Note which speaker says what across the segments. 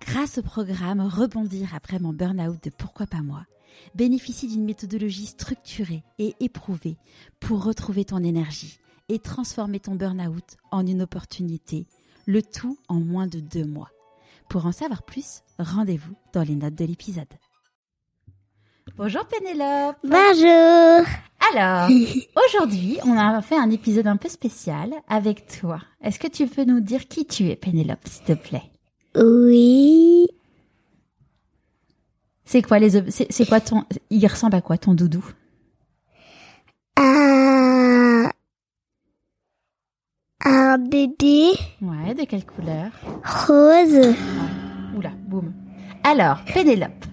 Speaker 1: grâce au programme Rebondir après mon burn-out de Pourquoi pas moi, bénéficie d'une méthodologie structurée et éprouvée pour retrouver ton énergie et transformer ton burn-out en une opportunité, le tout en moins de deux mois. Pour en savoir plus, rendez-vous dans les notes de l'épisode. Bonjour Pénélope
Speaker 2: Bonjour
Speaker 1: Alors, aujourd'hui, on a fait un épisode un peu spécial avec toi. Est-ce que tu peux nous dire qui tu es Pénélope, s'il te plaît
Speaker 2: Oui,
Speaker 1: C'est quoi les ob- c'est, c'est quoi ton il ressemble à quoi ton doudou
Speaker 2: un... Ah. un bébé
Speaker 1: Ouais, de quelle couleur
Speaker 2: rose,
Speaker 1: Oula, boum. Alors, Pénélope,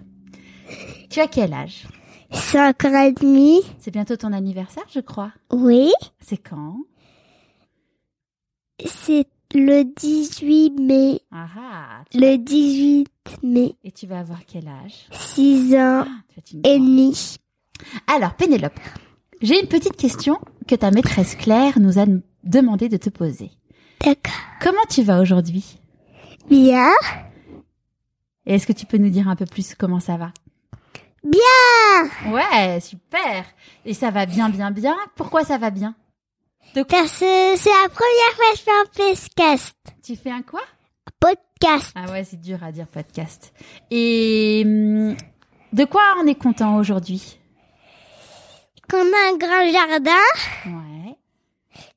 Speaker 1: tu as quel âge
Speaker 2: 5 ans et demi.
Speaker 1: C'est bientôt ton anniversaire, je crois.
Speaker 2: Oui,
Speaker 1: C'est quand
Speaker 2: c'est le 18 mai.
Speaker 1: Ah ah tu-
Speaker 2: Le 18 mai,
Speaker 1: Et tu vas avoir quel âge
Speaker 2: 6 ans
Speaker 1: Ah, tu vas être une
Speaker 2: et
Speaker 1: grande.
Speaker 2: demi.
Speaker 1: Alors, Pénélope, j'ai une petite question que ta maîtresse Claire nous a demandé de te poser.
Speaker 2: D'accord.
Speaker 1: Comment tu vas aujourd'hui
Speaker 2: Bien
Speaker 1: Et est-ce que tu peux nous dire un peu plus comment ça va
Speaker 2: Bien
Speaker 1: Ouais, super Et ça va bien, bien, bien Pourquoi ça va bien
Speaker 2: Parce que c'est la première fois que je fais un podcast.
Speaker 1: Tu fais un quoi
Speaker 2: Podcast.
Speaker 1: Ah ouais, c'est dur à dire podcast. Et hum, de quoi on est content aujourd'hui
Speaker 2: Qu'on a un grand jardin,
Speaker 1: Ouais,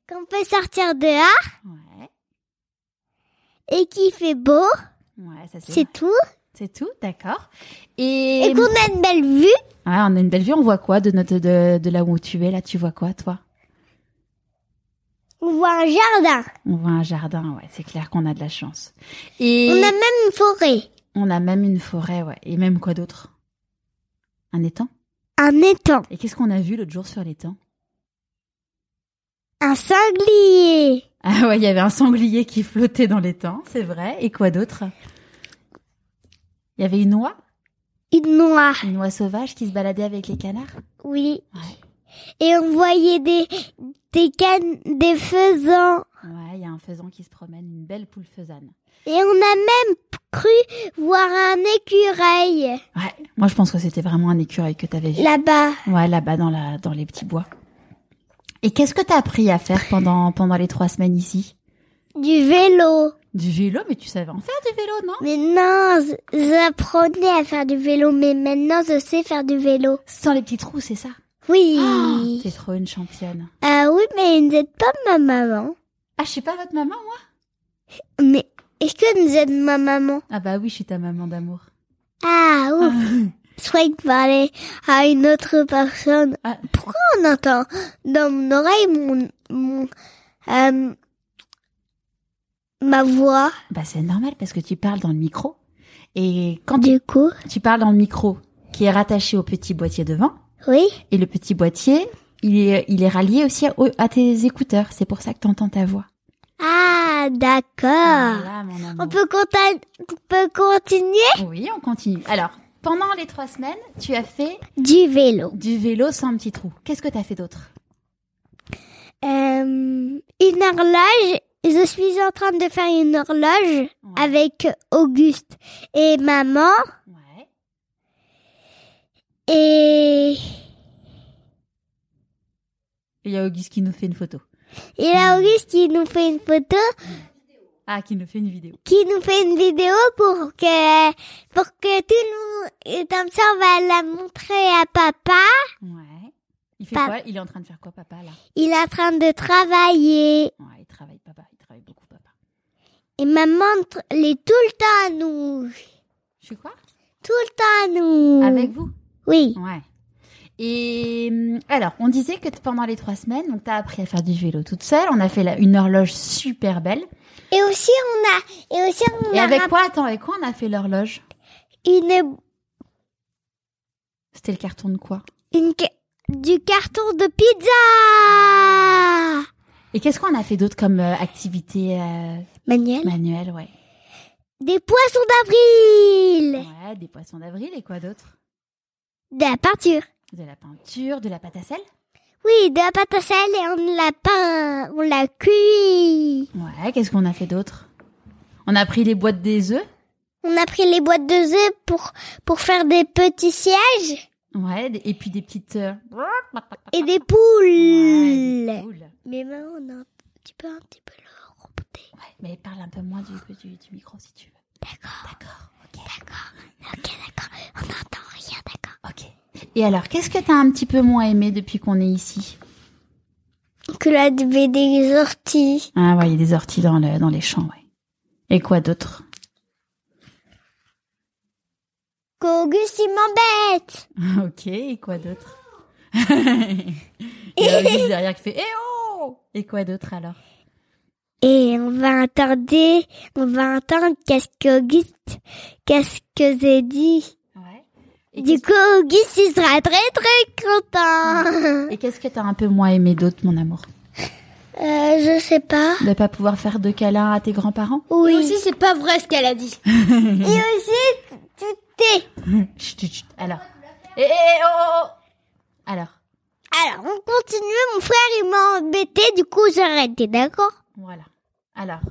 Speaker 2: qu'on peut sortir dehors
Speaker 1: ouais,
Speaker 2: et qu'il fait beau.
Speaker 1: ouais, ça c'est
Speaker 2: C'est tout.
Speaker 1: c'est tout, d'accord. Et,
Speaker 2: Et qu'on a une belle vue.
Speaker 1: Ouais, on a une belle vue, on voit quoi de notre de, de là où tu es là, tu vois quoi toi
Speaker 2: On voit un jardin.
Speaker 1: On voit un jardin, ouais, c'est clair qu'on a de la chance.
Speaker 2: On
Speaker 1: Et
Speaker 2: a même une forêt.
Speaker 1: on a même une forêt, ouais, et même quoi d'autre Un étang
Speaker 2: Un étang.
Speaker 1: Et qu'est-ce qu'on a vu l'autre jour sur l'étang
Speaker 2: Un sanglier.
Speaker 1: Ah ouais, il y avait un sanglier qui flottait dans l'étang, c'est vrai. Et quoi d'autre Il y avait une oie
Speaker 2: Une noire.
Speaker 1: Une oie sauvage qui se baladait avec les canards
Speaker 2: Oui.
Speaker 1: Ouais.
Speaker 2: Et on voyait des, des cannes, des faisans.
Speaker 1: Ouais, il y a un faisan qui se promène, une belle poule faisane.
Speaker 2: Et on a même cru voir un écureuil.
Speaker 1: Ouais, moi je pense que c'était vraiment un écureuil que t'avais vu.
Speaker 2: Là-bas.
Speaker 1: Ouais, là-bas dans, la, dans les petits bois. Et qu'est-ce que t'as appris à faire pendant, pendant les trois semaines ici
Speaker 2: Du vélo.
Speaker 1: Du vélo, mais tu savais en faire du vélo, non
Speaker 2: Mais non, je- j'apprenais à faire du vélo, mais maintenant je sais faire du vélo.
Speaker 1: Sans les petits trous, c'est ça
Speaker 2: Oui.
Speaker 1: Oh, T'es trop une championne.
Speaker 2: Ah oui, mais vous n'êtes pas ma maman.
Speaker 1: Ah, je suis pas votre maman, moi
Speaker 2: Mais est-ce que vous êtes ma maman
Speaker 1: Ah bah oui, je suis ta maman d'amour.
Speaker 2: Ah oui. Je croyais que parler à une autre personne.
Speaker 1: Ah.
Speaker 2: Pourquoi on entend dans mon oreille mon, mon euh, ma voix
Speaker 1: Bah c'est normal parce que tu parles dans le micro. Et quand tu,
Speaker 2: du coup
Speaker 1: tu parles dans le micro qui est rattaché au petit boîtier devant,
Speaker 2: Oui,
Speaker 1: et le petit boîtier, il est, il est rallié aussi au- à, tes écouteurs. C'est pour ça que t'entends ta voix.
Speaker 2: ah d'accord.
Speaker 1: Voilà, mon amour.
Speaker 2: Ah. On peut, conta- on peut continuer
Speaker 1: Oui, on continue. Alors, pendant les trois semaines, tu as fait
Speaker 2: du vélo.
Speaker 1: du vélo sans petit trou. Qu'est-ce que t'as fait d'autre
Speaker 2: Euh, une horloge. Je suis en train de faire une horloge
Speaker 1: Ouais.
Speaker 2: avec Auguste et maman
Speaker 1: Ouais.
Speaker 2: et
Speaker 1: Il y a Auguste qui nous fait une photo.
Speaker 2: et là Auguste qui nous fait une photo
Speaker 1: Ah, qui nous fait une vidéo.
Speaker 2: qui nous fait une vidéo pour que pour que tout le monde et comme ça on va la montrer à papa.
Speaker 1: Ouais. Il fait
Speaker 2: Papa.
Speaker 1: quoi Il est en train de faire quoi, papa, là
Speaker 2: Il est en train de travailler
Speaker 1: Ouais, il travaille, papa. Il travaille beaucoup, papa.
Speaker 2: et maman tr- elle est tout le temps à nous,
Speaker 1: Je suis quoi
Speaker 2: tout le temps à nous.
Speaker 1: Avec vous
Speaker 2: Oui,
Speaker 1: Ouais. Et hum, alors, on disait que t- pendant les trois semaines, donc t'as appris à faire du vélo toute seule. On a fait la- une horloge super belle.
Speaker 2: et aussi on a et aussi on
Speaker 1: Et
Speaker 2: a
Speaker 1: avec
Speaker 2: rap-
Speaker 1: quoi Attends, avec quoi on a fait l'horloge
Speaker 2: une
Speaker 1: C'était le carton de quoi
Speaker 2: une ca- du carton de pizza.
Speaker 1: Et qu'est-ce qu'on a fait d'autre comme euh, activité euh,
Speaker 2: Manuel,
Speaker 1: manuelle Ouais.
Speaker 2: des poissons d'avril,
Speaker 1: Ouais, des poissons d'avril et quoi d'autre
Speaker 2: de la peinture.
Speaker 1: De la peinture, de la pâte à sel
Speaker 2: Oui, de la pâte à sel et on la peint, on la cuit.
Speaker 1: Ouais, qu'est-ce qu'on a fait d'autre On a pris les boîtes des œufs
Speaker 2: On a pris les boîtes de œufs pour, pour faire des petits sièges
Speaker 1: Ouais, des- et puis des petites... euh,
Speaker 2: et
Speaker 1: ouais,
Speaker 2: des poules.
Speaker 1: des poules.
Speaker 2: Mais maintenant, on a un petit peu, un petit peu le remonter.
Speaker 1: Ouais, mais parle un peu moins du, du, du micro si tu veux.
Speaker 2: D'accord,
Speaker 1: D'accord, ok.
Speaker 2: d'accord. Ok, d'accord. On n'entend rien, d'accord.
Speaker 1: Ok. Et alors, qu'est-ce que t'as un petit peu moins aimé depuis qu'on est ici
Speaker 2: Que la DVD est sortie.
Speaker 1: Ah ouais, il y a des orties dans, le, dans les champs, ouais. Et quoi d'autre
Speaker 2: Qu'Auguste, il m'embête.
Speaker 1: Ok, et quoi d'autre Il y a Auguste derrière qui fait Eh oh Et quoi d'autre alors
Speaker 2: Et on va attendre, on va entendre qu'est-ce qu'Auguste, qu'est-ce que j'ai dit.
Speaker 1: Ouais. Et
Speaker 2: Du
Speaker 1: qu'est-ce
Speaker 2: coup, Auguste, il sera très très content.
Speaker 1: et qu'est-ce que t'as un peu moins aimé d'autre, mon amour
Speaker 2: Euh, je sais pas.
Speaker 1: De pas pouvoir faire de câlins à tes grands-parents
Speaker 2: Oui.
Speaker 3: Et aussi, c'est pas vrai ce qu'elle a dit.
Speaker 2: Et aussi, tout est.
Speaker 1: Hum. Chut, chut, chut. Alors. Eh eh, oh, oh, oh. Alors,
Speaker 2: Alors, on continue. Mon frère, il m'a embêté. Du coup, j'ai arrêté, d'accord
Speaker 1: voilà. Alors.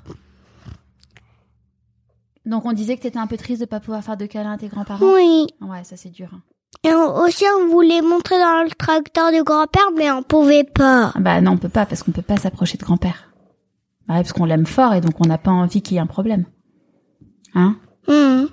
Speaker 1: Donc on disait que t'étais un peu triste de pas pouvoir faire de câlins à tes grands-parents
Speaker 2: Oui.
Speaker 1: Ouais, ça c'est dur. hein.
Speaker 2: Et on- aussi, on voulait montrer dans le tracteur du grand-père, mais on pouvait pas.
Speaker 1: Ah Bah non, on peut pas parce qu'on peut pas s'approcher de grand-père. Bah ouais, parce qu'on l'aime fort et donc on n'a pas envie qu'il y ait un problème. Hein
Speaker 2: Hmm.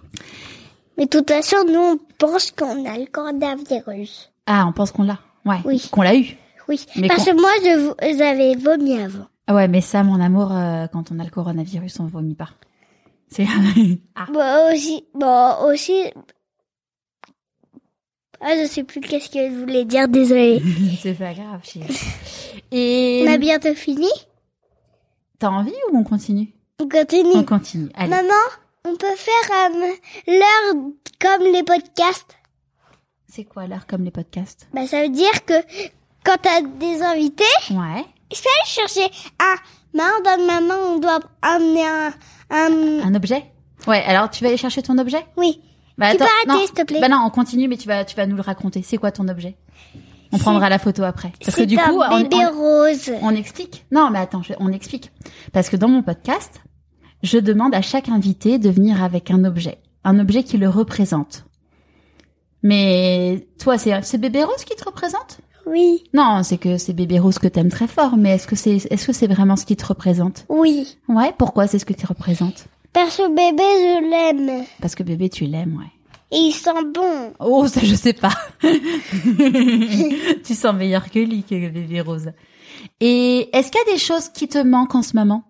Speaker 2: Mais de toute façon, nous, on pense qu'on a le coronavirus.
Speaker 1: Ah, on pense qu'on l'a. Ouais.
Speaker 2: Oui.
Speaker 1: Qu'on l'a eu.
Speaker 2: Oui.
Speaker 1: Mais
Speaker 2: Parce que moi, je, vo- j'avais vomi avant.
Speaker 1: Ah ouais, mais ça, mon amour, euh, quand on a le coronavirus, on vomit pas. C'est. ah.
Speaker 2: Bon, Bah, aussi, bon, aussi. Ah, je sais plus qu'est-ce que je voulais dire, désolée.
Speaker 1: C'est pas grave, chérie.
Speaker 2: on a
Speaker 1: Et.
Speaker 2: bientôt fini
Speaker 1: T'as envie ou on continue
Speaker 2: On continue.
Speaker 1: On continue. Allez.
Speaker 2: Maman, on peut faire euh, l'heure comme les podcasts.
Speaker 1: C'est quoi l'heure comme les podcasts
Speaker 2: Bah, ça veut dire que quand t'as des invités,
Speaker 1: Ouais.
Speaker 2: je vais aller chercher un. Maman, donne maman, on doit amener un. un-
Speaker 1: Un objet Ouais, alors tu vas aller chercher ton objet
Speaker 2: Oui.
Speaker 1: Bah
Speaker 2: Tu peux
Speaker 1: non.
Speaker 2: arrêter, s'il te plaît.
Speaker 1: Bah non, on continue, mais tu vas, tu vas nous le raconter. C'est quoi ton objet On
Speaker 2: C'est-
Speaker 1: prendra la photo après. Parce que
Speaker 2: C'est
Speaker 1: du
Speaker 2: un
Speaker 1: coup, on,
Speaker 2: bébé
Speaker 1: on,
Speaker 2: rose.
Speaker 1: on explique. Non, mais attends, je- on explique. Parce que dans mon podcast, je demande à chaque invité de venir avec un objet, un objet qui le représente. Mais toi, c'est c'est bébé rose qui te représente
Speaker 2: Oui.
Speaker 1: Non, c'est que c'est bébé rose que t'aimes très fort. Mais est-ce que c'est est-ce que c'est vraiment ce qui te représente
Speaker 2: Oui.
Speaker 1: Ouais. Pourquoi c'est ce que tu représentes
Speaker 2: Parce que bébé, je l'aime.
Speaker 1: Parce que bébé, tu l'aimes, ouais.
Speaker 2: Et il sent bon.
Speaker 1: Oh, ça, je sais pas. tu sens meilleur que lui, que bébé rose. Et est-ce qu'il y a des choses qui te manquent en ce moment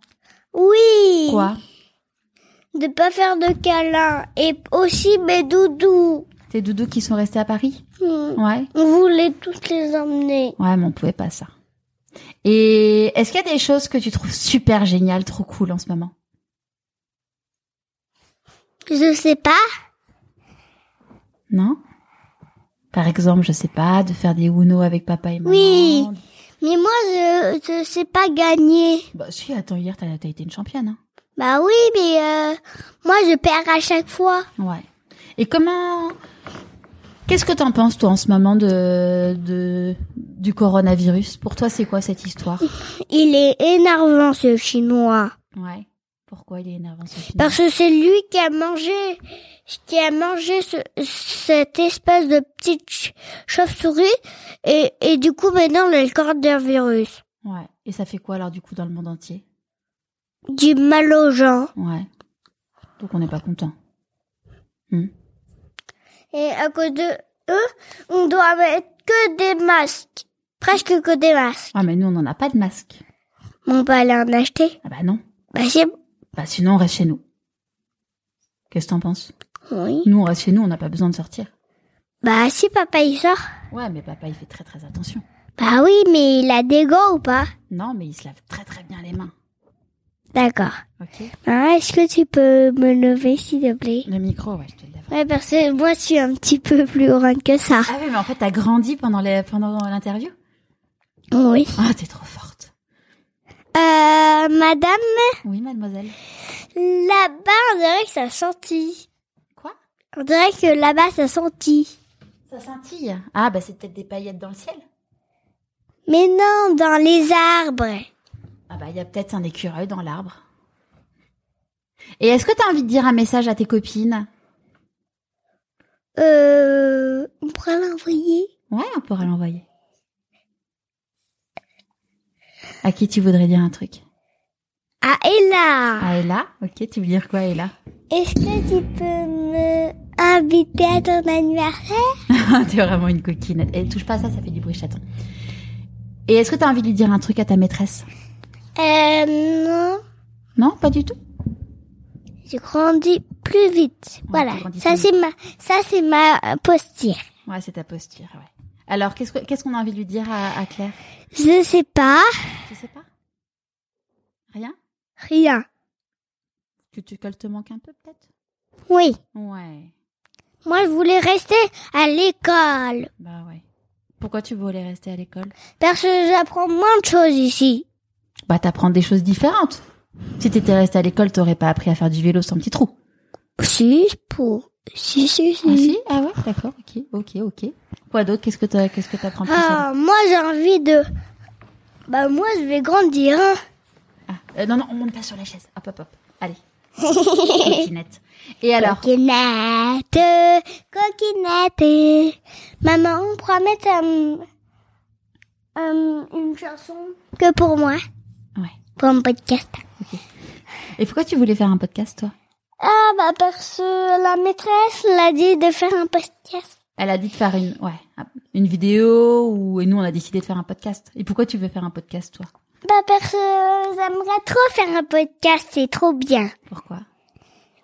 Speaker 2: Oui.
Speaker 1: Quoi
Speaker 2: De pas faire de câlins. Et aussi mes doudous.
Speaker 1: Tes doudous qui sont restés à Paris
Speaker 2: Hmm.
Speaker 1: Ouais.
Speaker 2: On voulait tous les emmener.
Speaker 1: Ouais, mais on pouvait pas ça. Et est-ce qu'il y a des choses que tu trouves super géniales, trop cool en ce moment
Speaker 2: Je sais pas.
Speaker 1: Non Par exemple, je sais pas, de faire des Uno avec papa et maman.
Speaker 2: Oui. Mais moi, je, je sais pas gagner.
Speaker 1: Bah si, attends, hier, t'as t'as été une championne, hein
Speaker 2: Bah oui, mais euh, moi, je perds à chaque fois.
Speaker 1: Ouais. Et comment Qu'est-ce que t'en penses toi en ce moment de, de du coronavirus Pour toi, c'est quoi cette histoire
Speaker 2: Il est énervant, ce chinois.
Speaker 1: Ouais. Pourquoi il est énervant ce film
Speaker 2: Parce que c'est lui qui a mangé, qui a mangé ce, cette espèce de petite ch- chauve-souris. Et, et du coup, maintenant, il a le coronavirus.
Speaker 1: Ouais. Et ça fait quoi alors du coup dans le monde entier
Speaker 2: Du mal aux gens.
Speaker 1: Ouais. Donc on n'est pas content.
Speaker 2: Et à cause de eux, on doit mettre que des masques. Presque que des masques.
Speaker 1: Ah mais nous on n'en a pas de masque.
Speaker 2: Mon père aller en acheter.
Speaker 1: Ah bah non.
Speaker 2: Bah, c'est...
Speaker 1: Bah sinon on reste chez nous. Qu'est-ce que t'en penses
Speaker 2: Oui.
Speaker 1: Nous on reste chez nous, on n'a pas besoin de sortir.
Speaker 2: Bah si papa il sort.
Speaker 1: Ouais, mais papa il fait très très attention.
Speaker 2: Bah oui, mais il a des gants ou pas
Speaker 1: Non, mais il se lave très très bien les mains.
Speaker 2: D'accord.
Speaker 1: Ok.
Speaker 2: Ah, Est-ce que tu peux me lever s'il te plaît
Speaker 1: Le micro, ouais, je te le lève.
Speaker 2: Ouais, parce que moi je suis un petit peu plus grande que ça.
Speaker 1: Ah oui, mais en fait t'as grandi pendant les pendant l'interview.
Speaker 2: Oui.
Speaker 1: Ah, t'es trop forte.
Speaker 2: Euh, madame,
Speaker 1: Oui, mademoiselle.
Speaker 2: là-bas on dirait que ça sentit.
Speaker 1: Quoi
Speaker 2: On dirait que là-bas ça sentit.
Speaker 1: Ça scintille. Ah, bah c'est peut-être des paillettes dans le ciel.
Speaker 2: Mais non, dans les arbres.
Speaker 1: Ah bah il y a peut-être un écureuil dans l'arbre. Et est-ce que tu as envie de dire un message à tes copines
Speaker 2: Euh, on pourrait l'envoyer
Speaker 1: Ouais, on pourra l'envoyer. À qui tu voudrais dire un truc
Speaker 2: à Ella.
Speaker 1: À Ella Ok, tu veux dire quoi Ella
Speaker 2: Est-ce que tu peux me inviter à ton anniversaire
Speaker 1: T'es vraiment une coquine. Et touche pas à ça, ça fait du bruit chaton. Et est-ce que t'as envie de lui dire un truc à ta maîtresse
Speaker 2: Euh, non.
Speaker 1: Non, pas du tout.
Speaker 2: Je grandis plus vite.
Speaker 1: Ouais,
Speaker 2: voilà.
Speaker 1: tu grandis
Speaker 2: Ça
Speaker 1: plus
Speaker 2: c'est ma, ça c'est ma euh, posture.
Speaker 1: Ouais, c'est ta posture, ouais. Alors, qu'est-ce que- qu'est-ce qu'on a envie de lui dire à, à Claire
Speaker 2: Je sais pas
Speaker 1: Tu sais pas Rien
Speaker 2: rien.
Speaker 1: Tu tu- qu'elle te manque un peu peut-être
Speaker 2: Oui.
Speaker 1: Ouais.
Speaker 2: Moi je voulais rester à l'école
Speaker 1: Bah ouais. Pourquoi tu voulais rester à l'école
Speaker 2: parce que j'apprends moins de choses ici.
Speaker 1: Bah t'apprends des choses différentes. Si t'étais restée à l'école, t'aurais pas appris à faire du vélo sans petit trou.
Speaker 2: Si pour si si si.
Speaker 1: Ah si Ah ouais, d'accord, ok, ok, ok. Quoi d'autre Qu'est-ce que t'as- qu'est-ce que t'apprends plus à-
Speaker 2: Ah, moi j'ai envie de. Bah moi je vais grandir. hein.
Speaker 1: Ah, euh, non, non, on monte pas sur la chaise. Hop, hop, hop. Allez. Coquinette. Et alors
Speaker 2: Coquinette, coquinette. Maman, on pourra mettre euh, euh, une chanson que pour moi,
Speaker 1: Ouais.
Speaker 2: pour mon podcast.
Speaker 1: Et pourquoi tu voulais faire un podcast, toi
Speaker 2: Ah bah parce que la maîtresse l'a dit de faire un podcast.
Speaker 1: Elle a dit de faire une, ouais, une vidéo ou et nous on a décidé de faire un podcast. Et pourquoi tu veux faire un podcast, toi
Speaker 2: Bah parce que j'aimerais trop faire un podcast, c'est trop bien.
Speaker 1: Pourquoi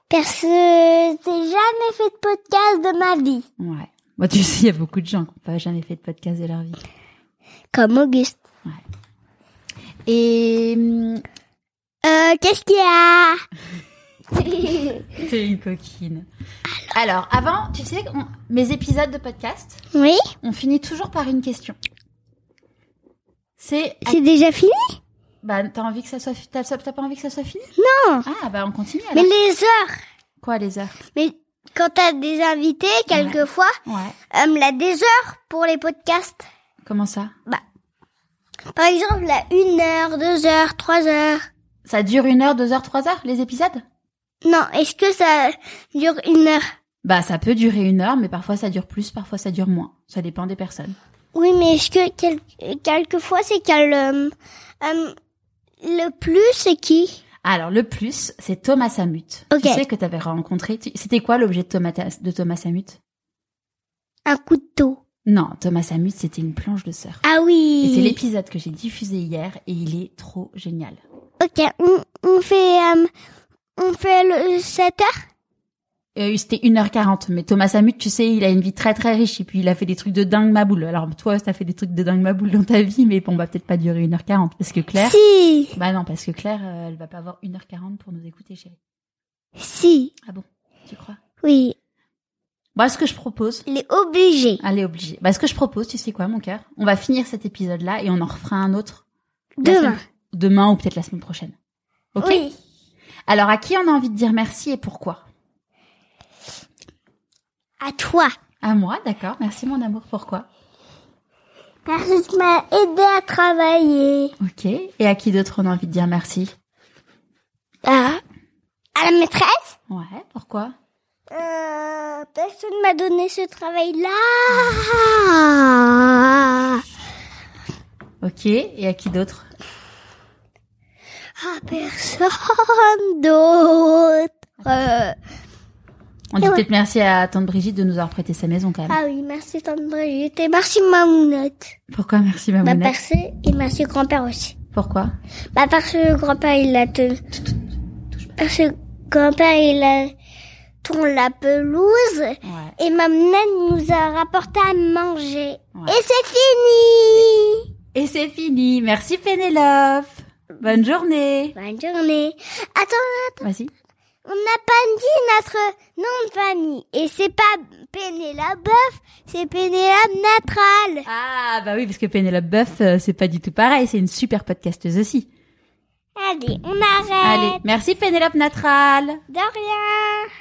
Speaker 2: Parce que j'ai jamais fait de podcast de ma vie.
Speaker 1: Ouais. Moi, tu sais, il y a beaucoup de gens qui n'ont pas jamais fait de podcast de leur vie.
Speaker 2: Comme Auguste.
Speaker 1: Et hum,
Speaker 2: Euh, qu'est-ce qu'il y a
Speaker 1: t'es une coquine. Alors, avant, tu sais, on- mes épisodes de podcast,
Speaker 2: Oui,
Speaker 1: on finit toujours par une question. C'est
Speaker 2: c'est déjà fini
Speaker 1: Bah, t'as envie que ça soit, fi- t'as, t'as pas envie que ça soit fini
Speaker 2: Non.
Speaker 1: Ah, bah, on continue alors.
Speaker 2: Mais les heures
Speaker 1: Quoi, les heures
Speaker 2: Mais quand t'as des invités, quelquefois,
Speaker 1: Ouais.
Speaker 2: euh, la des heures pour les podcasts.
Speaker 1: Comment ça
Speaker 2: Par exemple, la une heure, deux heures, trois heures.
Speaker 1: Ça dure une heure, deux heures, trois heures, les épisodes
Speaker 2: Non, est-ce que ça dure une heure
Speaker 1: Bah, ça peut durer une heure, mais parfois ça dure plus, parfois ça dure moins. Ça dépend des personnes.
Speaker 2: Oui, mais est-ce que quel- quelquefois c'est qu'elle... euh, euh, le plus, c'est qui
Speaker 1: Alors, le plus, c'est Thomas Samut.
Speaker 2: Ok.
Speaker 1: Tu sais que t'avais rencontré. tu- C'était quoi l'objet de Thomas, de Thomas Samut
Speaker 2: Un couteau.
Speaker 1: Non, Thomas Samut, c'était une planche de surf.
Speaker 2: Ah
Speaker 1: Et c'est
Speaker 2: oui
Speaker 1: l'épisode que j'ai diffusé hier et il est trop génial.
Speaker 2: Ok, on, on fait... euh, on fait le 7 heures
Speaker 1: Euh, c'était 1h40, mais Thomas Samut, tu sais, il a une vie très très riche et puis il a fait des trucs de dingue ma boule. Alors toi, t'as fait des trucs de dingue ma boule dans ta vie, mais bon, bah peut-être pas durer 1h40 parce que Claire,
Speaker 2: Si
Speaker 1: bah non, parce que Claire, euh, elle va pas avoir 1h40 pour nous écouter, chérie.
Speaker 2: Si
Speaker 1: Ah bon, tu crois
Speaker 2: Oui,
Speaker 1: Bah ce que je propose,
Speaker 2: il est obligé.
Speaker 1: allez obligé. Bah ce que je propose, tu sais quoi, mon cœur On va finir cet épisode là et on en refera un autre la
Speaker 2: Demain.
Speaker 1: semaine- demain ou peut-être la semaine prochaine. Ok.
Speaker 2: Oui.
Speaker 1: Alors à qui on a envie de dire merci et pourquoi
Speaker 2: À toi.
Speaker 1: À moi, d'accord. Merci mon amour. Pourquoi
Speaker 2: Parce que tu m'as aidé à travailler.
Speaker 1: Ok. Et à qui d'autre on a envie de dire merci
Speaker 2: Ah. À la maîtresse
Speaker 1: Ouais, pourquoi
Speaker 2: euh, Personne m'a donné ce travail-là.
Speaker 1: Ok, et à qui d'autre
Speaker 2: Ah, personne d'autre. Euh,
Speaker 1: On dit
Speaker 2: Et ouais.
Speaker 1: peut-être merci à tante Brigitte de nous avoir prêté sa maison quand même.
Speaker 2: ah oui, merci Tante Brigitte et merci Mamounette.
Speaker 1: Pourquoi merci
Speaker 2: Bah
Speaker 1: mamounette
Speaker 2: parce et merci grand-père aussi.
Speaker 1: Pourquoi
Speaker 2: Bah parce que le grand-père il a tenu... Parce que grand-père il a tourné la pelouse
Speaker 1: Ouais.
Speaker 2: Et ma nana nous a rapporté à manger.
Speaker 1: Ouais.
Speaker 2: Et c'est fini
Speaker 1: Et c'est fini. Merci Pénélope. Bonne journée.
Speaker 2: Bonne journée. Attends,
Speaker 1: Vas-y.
Speaker 2: on n'a pas dit notre nom de famille. Et c'est pas Pénélope Boeuf, c'est Pénélope Natral.
Speaker 1: Ah bah oui, parce que Pénélope Boeuf, euh, c'est pas du tout pareil. C'est une super podcasteuse aussi.
Speaker 2: Allez, on arrête.
Speaker 1: Allez, merci Pénélope Natral.
Speaker 2: De rien.